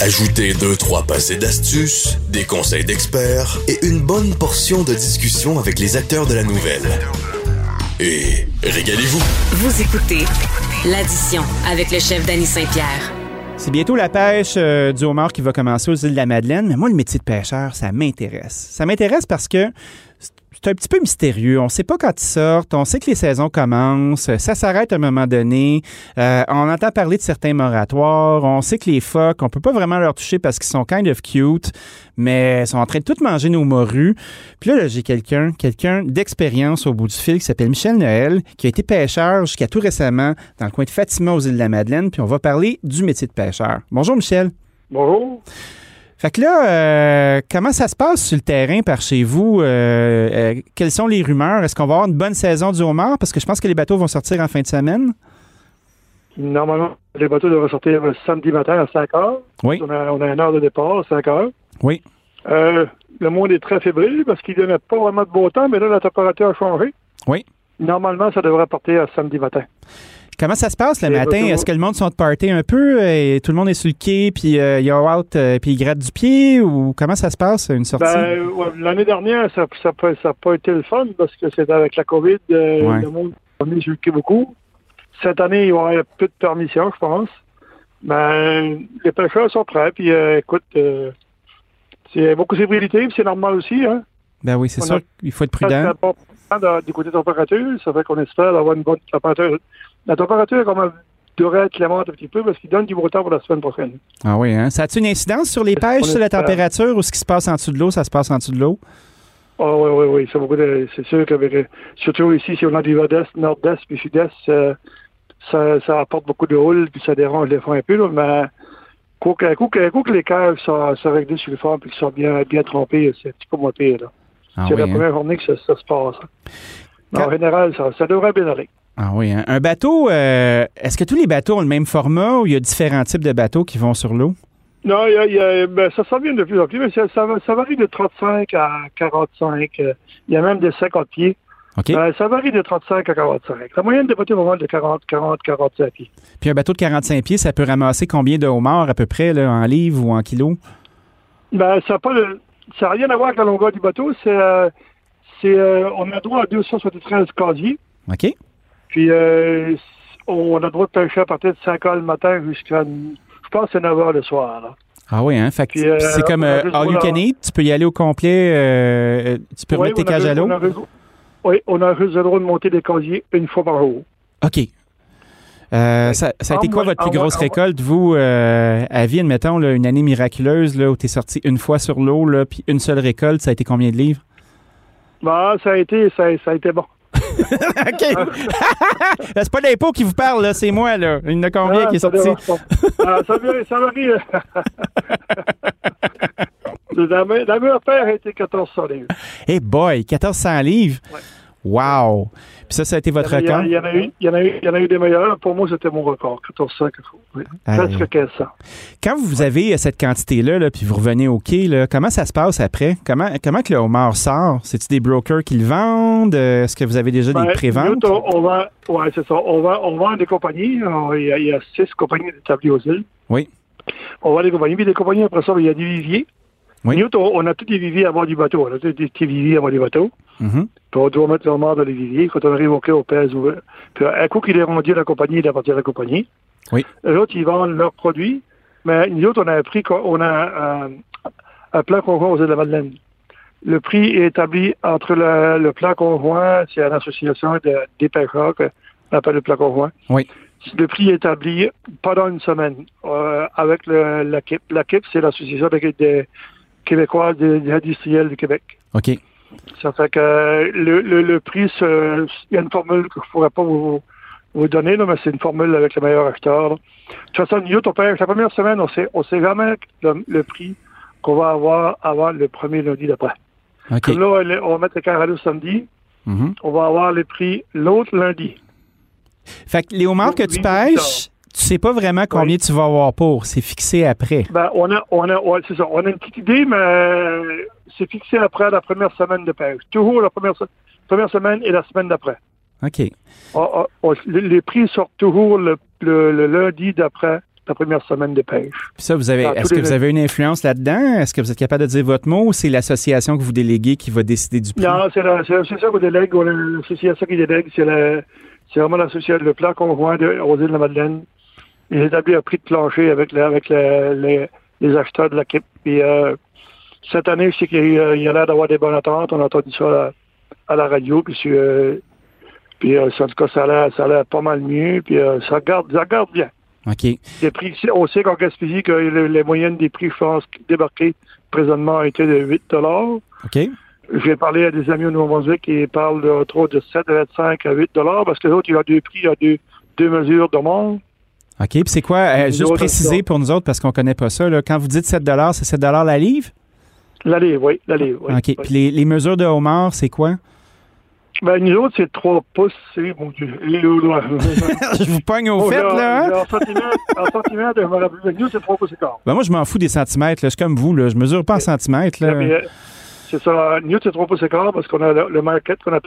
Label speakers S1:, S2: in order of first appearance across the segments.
S1: Ajoutez deux, trois passés d'astuces, des conseils d'experts et une bonne portion de discussion avec les acteurs de la nouvelle. Et régalez-vous.
S2: Vous écoutez l'addition avec le chef Danny Saint-Pierre.
S3: C'est bientôt la pêche euh, du homard qui va commencer aux îles de la Madeleine, mais moi, le métier de pêcheur, ça m'intéresse. Ça m'intéresse parce que c'est- c'est un petit peu mystérieux. On ne sait pas quand ils sortent, on sait que les saisons commencent, euh, ça s'arrête à un moment donné. Euh, on entend parler de certains moratoires, on sait que les phoques, on peut pas vraiment leur toucher parce qu'ils sont kind of cute, mais ils sont en train de tout manger nos morues. Puis là, là, j'ai quelqu'un, quelqu'un d'expérience au bout du fil qui s'appelle Michel Noël, qui a été pêcheur jusqu'à tout récemment dans le coin de Fatima aux îles de la Madeleine, puis on va parler du métier de pêcheur. Bonjour Michel.
S4: Bonjour.
S3: Fait que là, euh, comment ça se passe sur le terrain par chez vous? Euh, euh, quelles sont les rumeurs? Est-ce qu'on va avoir une bonne saison du homard? Parce que je pense que les bateaux vont sortir en fin de semaine.
S4: Normalement, les bateaux devraient sortir le samedi matin à 5 heures.
S3: Oui.
S4: On a, on a une heure de départ à 5 heures.
S3: Oui.
S4: Euh, le monde est très fébrile parce qu'il donnait pas vraiment de beau temps, mais là, la température a changé.
S3: Oui.
S4: Normalement, ça devrait partir samedi matin.
S3: Comment ça se passe le
S4: Les
S3: matin?
S4: bateaux-
S3: Est-ce que le monde sont de party un peu euh, et tout le monde est sur le quai puis euh, ils are out euh, puis ils grattent du pied ou comment ça se passe une sortie?
S4: Ben, ouais, L'année dernière, ça n'a ça, peut- ça a pas été le fun parce que c'était avec la COVID. euh,
S3: Ouais.
S4: Le monde a mis sur le quai beaucoup. Cette année, il y aura plus de permission, je pense. Mais les pêcheurs sont prêts. Puis, euh, écoute, euh, c'est beaucoup de fébrilité, puis c'est normal aussi. Hein?
S3: Ben oui, c'est
S4: on
S3: sûr
S4: a-
S3: qu'il faut être
S4: Ça,
S3: prudent.
S4: c'est pas important de- du côté de la température, ça fait qu'on espère avoir une bonne température. La température, comme elle devrait être clémente un petit peu, parce qu'il donne du beau temps pour la semaine prochaine.
S3: Ah oui, hein? Ça a-tu une incidence sur les
S4: Qu'est-ce
S3: pêches,
S4: qu'on
S3: sur la
S4: espère?
S3: température ou ce qui se passe en dessous de l'eau, ça se passe en dessous de l'eau?
S4: Ah oui, oui, oui, c'est beaucoup de- c'est sûr qu'avec, euh, surtout ici, si on a du nord-est, nord-est puis sud-est, euh, ça, ça apporte beaucoup de houle, puis ça dérange les fonds un peu, là, mais coup que, coup que- coup que les caves sont, sont réglées sur le fond, puis qu'ils sont bien, bien trompés, c'est un petit peu moins pire, là.
S3: Ah
S4: c'est
S3: oui,
S4: la
S3: hein?
S4: première journée que ça, ça se passe. hein. Mais
S3: Quand-
S4: En général, ça, ça devrait bien aller.
S3: Ah oui, hein? Un bateau, euh, est-ce que tous les bateaux ont le même format ou il y a différents types de bateaux qui vont sur l'eau?
S4: Non, il y a- il y a- ben, ça s'en vient de plus en plus, mais ça, ça, va- ça varie de 35 à 45. euh, Il y a même des 50 pieds.
S3: OK?
S4: Ben, ça varie de 35 à 45. La moyenne des bateaux va de 40, 40, 45 pieds.
S3: Puis un bateau de 45 pieds, ça peut ramasser combien de homards à peu près, là, en livres ou en kilos?
S4: Ben, ça n'a pas le- ça a rien à voir avec la longueur du bateau. C'est, euh, c'est, euh, on a droit à 273 casiers.
S3: OK?
S4: Puis, euh, on a droit de pêcher à partir de 5 heures le matin jusqu'à, je pense, que c'est 9 heures le soir. là.
S3: Ah oui, hein? Fait que
S4: Puis, euh,
S3: c'est comme
S4: on a
S3: euh,
S4: juste
S3: all you
S4: droit
S3: can
S4: d'avoir-
S3: eat, tu peux y aller au complet, euh, euh, tu peux
S4: Oui,
S3: remettre tes
S4: on a
S3: cages
S4: juste-
S3: à l'eau.
S4: on a juste- Oui, on a juste le droit de monter des casiers une fois par jour.
S3: OK. Euh, ça, ça a été
S4: En
S3: quoi
S4: moins-
S3: votre plus
S4: en moins-
S3: grosse
S4: en moins-
S3: récolte, vous, euh, à vie, admettons, là, une année miraculeuse là, où tu es sorti une fois sur l'eau, là, puis une seule récolte, ça a été combien de livres?
S4: Bah, ça a été, ça, a- ça a été bon.
S3: OK! c'est pas l'impôt qui vous parle, là, c'est moi. Là. Il y en a combien
S4: Ah,
S3: qui est
S4: ça
S3: sorti?
S4: dérange pas. Ah, ça varie, ça varie. la, me- la meilleure paire a été 1400 livres.
S3: Eh boy, 1400 livres! Wow! Puis ça, ça a été votre
S4: Il y, en
S3: record?
S4: a- il y en a eu, il y en a eu, il y en a eu des meilleurs. Pour moi, c'était mon record, 1400 quelque chose. Oui.
S3: Aïe.
S4: Presque 1500.
S3: Quand vous avez euh, cette quantité-là, là, puis vous revenez au quai, là, comment ça se passe après? Comment, comment que le homard sort? C'est-tu des brokers qui le vendent? Euh, Est-ce que vous avez déjà des
S4: Ben,
S3: préventes?
S4: nous, on, on vend, ouais, c'est ça. On vend, on vend des compagnies. On- Il y, a- il y a six compagnies établies aux îles.
S3: Oui.
S4: On vend des compagnies. Puis des compagnies, après ça, il y a des viviers.
S3: Oui.
S4: Nous, on, on a tous des viviers à bord du bateau. On a tous des petits viviers à bord du bateau.
S3: Mhm.
S4: Puis on doit mettre leur mort dans les viviers. Quand on arrive au quai, on pèse. Ou... Puis un coup qu'il est rendu à la compagnie, il appartient à la compagnie.
S3: Oui.
S4: Les autres, ils vendent leurs produits. Mais nous autres, on a un prix, qu'on- on a un, un plan qu'on vend aux îles de la Madeleine. Le prix est établi entre le, le plan qu'on vend, c'est une association de, des pêcheurs qu'on appelle le plan qu'on vend.
S3: Oui.
S4: Le prix est établi pendant une semaine euh, avec le- la KIP. La KIP, c'est l'association des, des Québécois des, des industriels du Québec.
S3: OK.
S4: Ça fait que euh, le, le, le prix, se- il y a une formule que je ne pourrais pas vous, vous donner, là, mais c'est une formule avec le meilleur acheteur. là. De toute façon, nous, autres, on pêche la première semaine, on sait, on sait jamais le, le prix qu'on va avoir avant le premier lundi d'après.
S3: OK.
S4: Comme là, on- on va mettre le car à l'eau samedi,
S3: Mhm.
S4: on va avoir les prix l'autre lundi.
S3: Fait que les homards que
S4: Oui,
S3: tu
S4: oui,
S3: pêches, tu sais pas vraiment combien tu vas avoir pour. C'est fixé après.
S4: Ben, on a, on a, ouais, c'est ça, on a une petite idée, mais euh, c'est fixé après la première semaine de pêche. Toujours la première, se- première semaine et la semaine d'après. Ah,
S3: OK.
S4: On- on- on- les- les prix sortent toujours le, le- le lundi d'après la première semaine de pêche.
S3: Puis ça, vous avez,
S4: Dans
S3: est-ce
S4: tous
S3: que
S4: les-
S3: vous avez une influence là-dedans? Est-ce que vous êtes capable de dire votre mot ou c'est l'association que vous déléguez qui va décider du prix?
S4: Non, c'est la- c'est- c'est ça qu'on délègue, on a l'association qui délègue, c'est la- c'est vraiment l'association, le plan qu'on voit de, aux îles de la Madeleine. Il est établi un prix de plancher avec, la- avec la- les, les acheteurs de l'équipe. Puis euh, cette année, je sais qu'il y a euh, il y a l'air d'avoir des bonnes attentes. On a entendu ça à, la- à la radio. Puis, sur, euh, puis euh, en tout cas, ça a l'air- ça a l'air pas mal mieux. Puis euh, ça, garde, ça garde bien.
S3: OK.
S4: Les prix, on sait qu'en Gaspésie, que le- les moyennes des prix, je pense, débarqués présentement étaient de 8
S3: OK.
S4: j'ai parlé à des amis au Nouveau-Brunswick qui parlent de trop de 7, de 25 à 8 dollars parce que les autres, il y a deux prix, il y a deux, deux mesures de monde.
S3: OK. Puis c'est quoi? euh,
S4: Nous
S3: juste
S4: autres,
S3: préciser
S4: on-
S3: pour nous autres parce qu'on ne connaît pas ça. là. quand vous dites 7 c'est 7 la livre?
S4: La livre, oui, la livre. oui.
S3: OK.
S4: Oui.
S3: Puis les, les mesures de homard, c'est quoi?
S4: Ben, nous autres, c'est 3 pouces, c'est, mon Dieu, et le doigt.
S3: je vous pogne au
S4: Oh,
S3: fait,
S4: là,
S3: là. hein?
S4: là, En centimètres, en centimètres, je me rappelle, nous, c'est 3 pouces et quart.
S3: Ben, moi, je m'en fous des centimètres. Là. Je suis comme vous. Là. Je mesure pas en centimètres.
S4: Mais,
S3: Là.
S4: euh, c'est ça, nous, c'est 3 pouces et quart parce qu'on a le, le market qu'on a.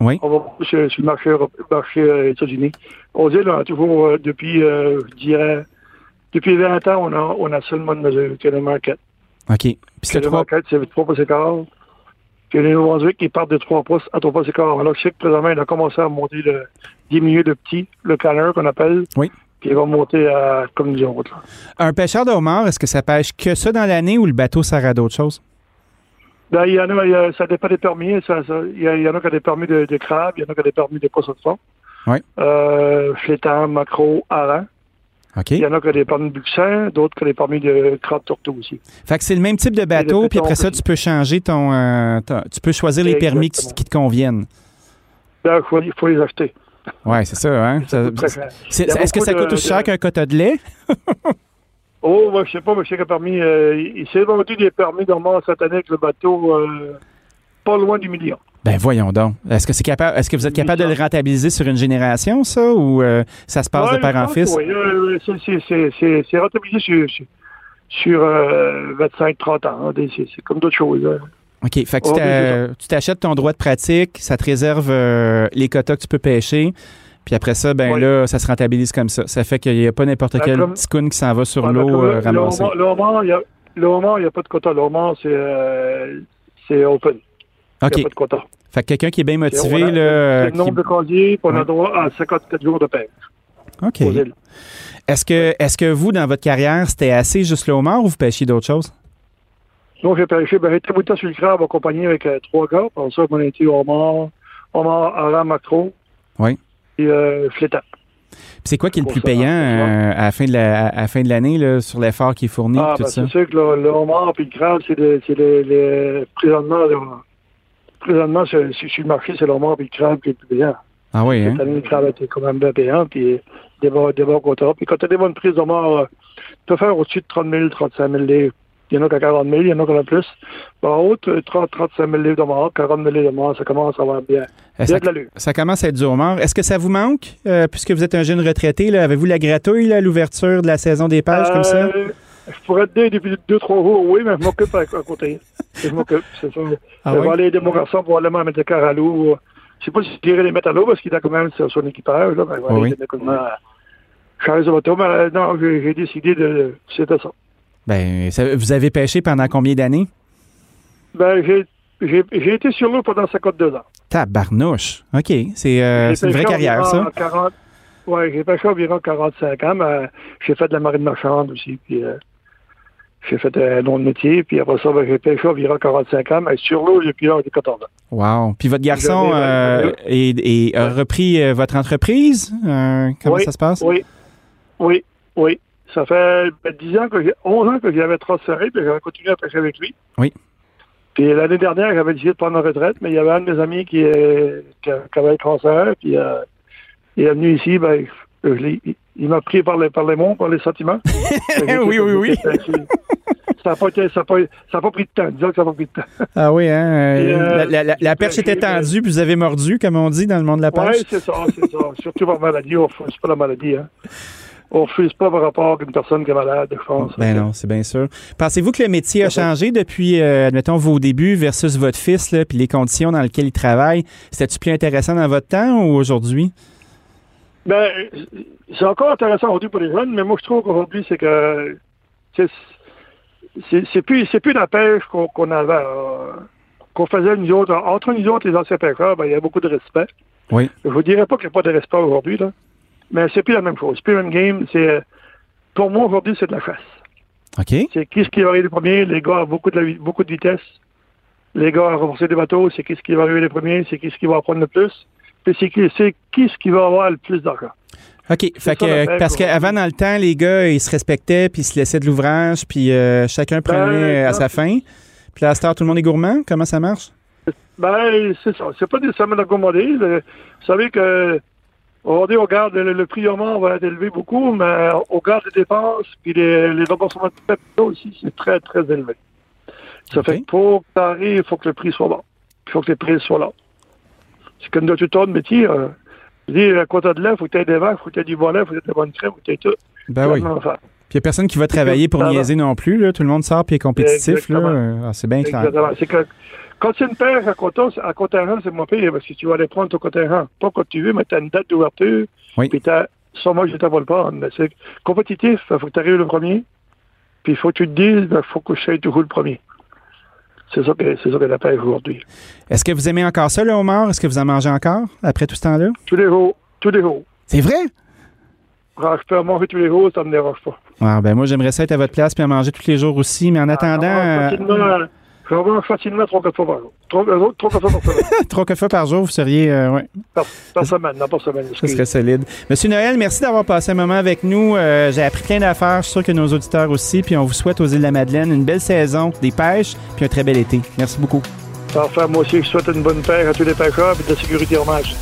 S3: Oui.
S4: On va beaucoup sur, sur le marché, europé- marché euh, États-Unis. On dit, là, toujours, euh, depuis, euh, je dirais, depuis 20 ans, on a, on a seulement une mesure, que le market.
S3: OK. Puis c'est
S4: Puis le
S3: 3...
S4: Marquette, c'est 3 pouces et quart. Puis les Nouveaux-Brunswick, ils partent de 3 pouces à 3 pouces et quart. Alors, je sais que présentement, il a commencé à monter le, diminuer le petit, le canner qu'on appelle.
S3: Oui.
S4: Puis il va monter à, comme nous autres. là.
S3: Un pêcheur de homard, est-ce que ça pêche que ça dans l'année ou le bateau sert à d'autres choses?
S4: Ben, il y en a, il y a- ça dépend des permis. Ça, ça- il, y a- il y en a qui ont des permis de, de crabe, il y en a qui ont des permis de poisson de fond.
S3: Oui.
S4: Euh, flétan, macro, hareng.
S3: OK.
S4: Il y en a qui ont des permis de buxin, d'autres qui ont des permis de crabe tourteau aussi.
S3: Fait que c'est le même type de bateau,
S4: pétons
S3: puis après ça, tu
S4: aussi.
S3: peux changer ton. euh, ta- tu peux choisir les permis que tu-
S4: Exactement.
S3: qui te conviennent.
S4: Là, Ben, il faut, il faut les acheter.
S3: Ouais, c'est ça, hein? Ça-
S4: coûte très cher.
S3: c'est-
S4: Il y a
S3: Est-ce que
S4: beaucoup
S3: ça
S4: de-
S3: coûte aussi
S4: de-
S3: cher qu'un quota de lait?
S4: Oh, moi, je sais pas, mais je sais que parmi. euh, il il s'est vendu des permis normaux cette année avec le bateau euh, pas loin du million.
S3: Ben voyons donc. Est-ce que c'est capable est-ce que vous êtes capable de le rentabiliser sur une génération, ça, ou euh, ça se passe
S4: Ouais,
S3: de père
S4: je
S3: en
S4: pense,
S3: fils?
S4: ouais, euh, c'est- c'est- c'est- c'est- c'est rentabilisé sur, sur, sur, euh, 25-30 ans. hein, des- c'est- c'est comme d'autres choses. hein.
S3: OK. Fait que tu
S4: Ouais,
S3: t'a- tu t'achètes ton droit de pratique, ça te réserve euh, les quotas que tu peux pêcher. Puis après ça, ben
S4: Ouais.
S3: là, ça se rentabilise comme ça. Ça fait qu'il n'y a pas n'importe
S4: Ben,
S3: quel
S4: comme- Ah,
S3: petit coon qui s'en va sur
S4: Ouais, parce que
S3: l'eau
S4: le-
S3: euh,
S4: le
S3: ramasser.
S4: homard- le homard, il y a- Le moment, il n'y a pas de quota. Le moment, c'est euh, c'est open. Il n'y
S3: OK.
S4: a pas de quota.
S3: Fait que quelqu'un qui est bien
S4: C'est- on a-
S3: motivé, là. euh,
S4: c'est le nombre
S3: qui-
S4: de casiers, puis on
S3: Ouais.
S4: a droit à 54 jours de pêche
S3: OK.
S4: aux îles.
S3: Est-ce que, est que vous, dans votre carrière, c'était assez juste le homard ou vous pêchiez d'autres choses?
S4: Donc, j'ai pêché, ben, j'étais beaucoup de temps sur le crabe accompagné avec euh, trois gars. Pour ça, on a été au homard, homard, haram, macro.
S3: Oui.
S4: Et euh, flétan.
S3: Puis c'est quoi qui est le
S4: Pour
S3: plus
S4: ça,
S3: payant
S4: pour ça.
S3: euh, à la fin de la- à la fin de l'année là, sur l'effort qui est fourni
S4: Ah,
S3: tout
S4: ben,
S3: ça?
S4: c'est sûr que le, le homard puis le crabe, c'est les, c'est les, les- présentement, là, présentement, sur, sur- sur le marché, c'est le homard puis le crabe qui est le plus payant.
S3: Ah oui, hein?
S4: Cette année, le crabe était quand même bien payant, hein, puis des bons, des bons contrats. Puis quand tu as des bonnes prises d'homard, euh, tu peux faire au-dessus de 30 000, 35 000 livres. Il y en a qu'à 40 000, il y en a qu'on a plus. Ben, en haut, euh, 30, 35 000 livres d'homard, 40 000 livres d'homard, ça commence à avoir bien.
S3: Eh,
S4: Bien
S3: Ça,
S4: de l'allure.
S3: ça commence à être du homard. Est-ce que ça vous manque, euh, puisque vous êtes un jeune retraité? là, Avez-vous la gratouille, là, à l'ouverture de la saison des pêches, comme ça?
S4: Euh, Je pourrais te dire depuis deux, trois jours, oui, mais je m'occupe à, à côté. Je m'occupe, c'est ça.
S3: Ah
S4: je vais
S3: oui?
S4: aller aider mon garçon probablement à mettre des cars à l'eau. Je sais pas si je dirais les mettre à l'eau parce qu'il a quand même sur son équipage. Là, mais je vais
S3: Oui.
S4: aller aider comment à charger son bateau. Mais euh, non, j'ai j'ai décidé de. C'était ça.
S3: Ben, ça- vous avez pêché pendant combien d'années?
S4: Ben, j'ai- j'ai j'ai été sur l'eau pendant 52 ans.
S3: Tabarnouche. OK. C'est euh,
S4: J'ai
S3: c'est une vraie
S4: pêché
S3: carrière,
S4: environ
S3: ça.
S4: 40 ouais, j'ai pêché environ 45 ans, mais j'ai fait de la marine marchande aussi, puis euh, j'ai fait euh, un autre métier, puis après ça, ben, j'ai pêché environ 45 ans, mais sur l'eau depuis l'âge de 14 ans.
S3: Wow. Puis votre garçon
S4: J'avais,
S3: euh,
S4: euh,
S3: est- est- a repris euh, votre entreprise? Euh, comment
S4: Oui,
S3: ça se passe?
S4: Oui, oui, oui. Ça fait ben, 10 ans que j'ai, 11 ans que j'avais transféré, puis j'avais continué à pêcher avec lui.
S3: Oui.
S4: Puis l'année dernière, j'avais décidé de prendre la retraite, mais il y avait un de mes amis qui, euh, qui a- qui avait le cancer, puis euh, il est venu ici, ben, je l'ai- il- il m'a pris par les, par les mots, par les sentiments. Fait que
S3: Oui, oui,
S4: j'étais-
S3: oui.
S4: j'étais- Ça n'a pas, été- ça a pas, ça a pas pris de temps, disons que ça n'a pas pris de temps.
S3: Ah oui, hein? euh,
S4: Et, euh,
S3: la, la- la- la perche
S4: j'ai-
S3: était tendue, puis vous avez mordu, comme on dit dans le monde de la
S4: Oui,
S3: pêche.
S4: c'est ça, c'est ça. Surtout par maladie, on ne refuse pas la maladie. Hein. On ne refuse pas par rapport à une personne qui est malade, je pense.
S3: ben non, c'est bien sûr. Pensez-vous que le métier a
S4: C'est ça.
S3: changé depuis, euh, admettons, vos débuts versus votre fils, là, puis les conditions dans lesquelles il travaille? C'était-tu plus intéressant dans votre temps ou aujourd'hui?
S4: Ben, c'est encore intéressant aujourd'hui pour les jeunes, mais moi, je trouve qu'aujourd'hui, c'est que c'est, c'est, c'est plus, c'est plus la pêche qu'on, qu'on avait, euh, qu'on faisait nous autres. Entre nous autres, les anciens pêcheurs, ben, il y a beaucoup de respect.
S3: Oui.
S4: Je vous dirais pas qu'il n'y a pas de respect aujourd'hui, là. Mais c'est plus la même chose. C'est plus le même game. C'est, pour moi, aujourd'hui, c'est de la chasse.
S3: OK.
S4: C'est qui ce qui va arriver le premier? Les gars ont beaucoup de, la vi- beaucoup de vitesse. Les gars ont renforcé des bateaux. C'est qui ce qui va arriver le premier? C'est qui ce qui va en prendre le plus? Puis c'est qui, c'est qui ce qui va avoir le plus d'argent?
S3: OK. Fait
S4: ça,
S3: que, euh,
S4: la pêche,
S3: parce
S4: ouais.
S3: qu'avant, dans le temps, les gars, ils se respectaient, puis ils se laissaient de l'ouvrage, puis euh, chacun
S4: Ben,
S3: prenait euh, à
S4: non,
S3: sa fin. Puis là, à cette heure, tout le monde est gourmand. Comment ça marche?
S4: Ben, c'est ça. C'est pas nécessairement d'accommodé. Vous savez que aujourd'hui, on regarde le, le prix au mort va être élevé beaucoup, mais on garde les dépenses puis les, les remboursements de capitaux aussi, c'est très, très élevé. Ça
S3: Ok.
S4: fait que pour parer, il faut que le prix soit bon. Il faut que les prix soient là. C'est comme dans tout autre métier. euh, je dis, à côté de là, il faut que tu aies des vagues, il faut que tu aies du volet, il faut que tu aies des bonnes crèmes, il faut que tu aies tout.
S3: Ben
S4: C'est
S3: oui.
S4: la même affaire.
S3: Puis il n'y a personne qui va travailler pour
S4: Ça va.
S3: niaiser non plus. Là. Tout le monde sort puis est compétitif. Là.
S4: Exactement.
S3: Euh, ah, c'est bien clair.
S4: Exactement. C'est que quand tu ne perds à coton, à Cotterham, c'est moins pire parce que tu vas aller prendre ton Cotterham. Pas quand tu veux, mais tu as une date d'ouverture.
S3: Oui.
S4: Puis t'as, sûrement, je ne t'envole pas. Mais c'est compétitif. Il faut que tu arrives le premier. Puis il faut que tu te dises, il faut que je sois toujours le premier. C'est ça que c'est ça que la paix aujourd'hui.
S3: Est-ce que vous aimez encore ça, le homard? Est-ce que vous en mangez encore après tout ce temps-là?
S4: Tous les jours, tous les jours.
S3: C'est vrai?
S4: Quand je peux en manger tous les jours, ça ne me dérange pas.
S3: Ah, ben moi, j'aimerais ça être à votre place puis à manger tous les jours aussi. Mais en attendant,
S4: J'en mange
S3: euh,
S4: facilement- j'en mange facilement trois quatre fois par jour. Trois euh, trois, quatre fois par semaine.
S3: trois, quatre fois par jour, vous seriez. euh, ouais,
S4: Par, par semaine, non, par semaine.
S3: ça
S4: excusez.
S3: serait solide. Monsieur Noël, merci d'avoir passé un moment avec nous. Euh, J'ai appris plein d'affaires. Je suis sûr que nos auditeurs aussi. Puis on vous souhaite aux îles de la Madeleine une belle saison, des pêches, puis un très bel été. Merci beaucoup.
S4: Parfait, moi aussi, je souhaite une bonne paire à tous les pêcheurs et de la sécurité hommage.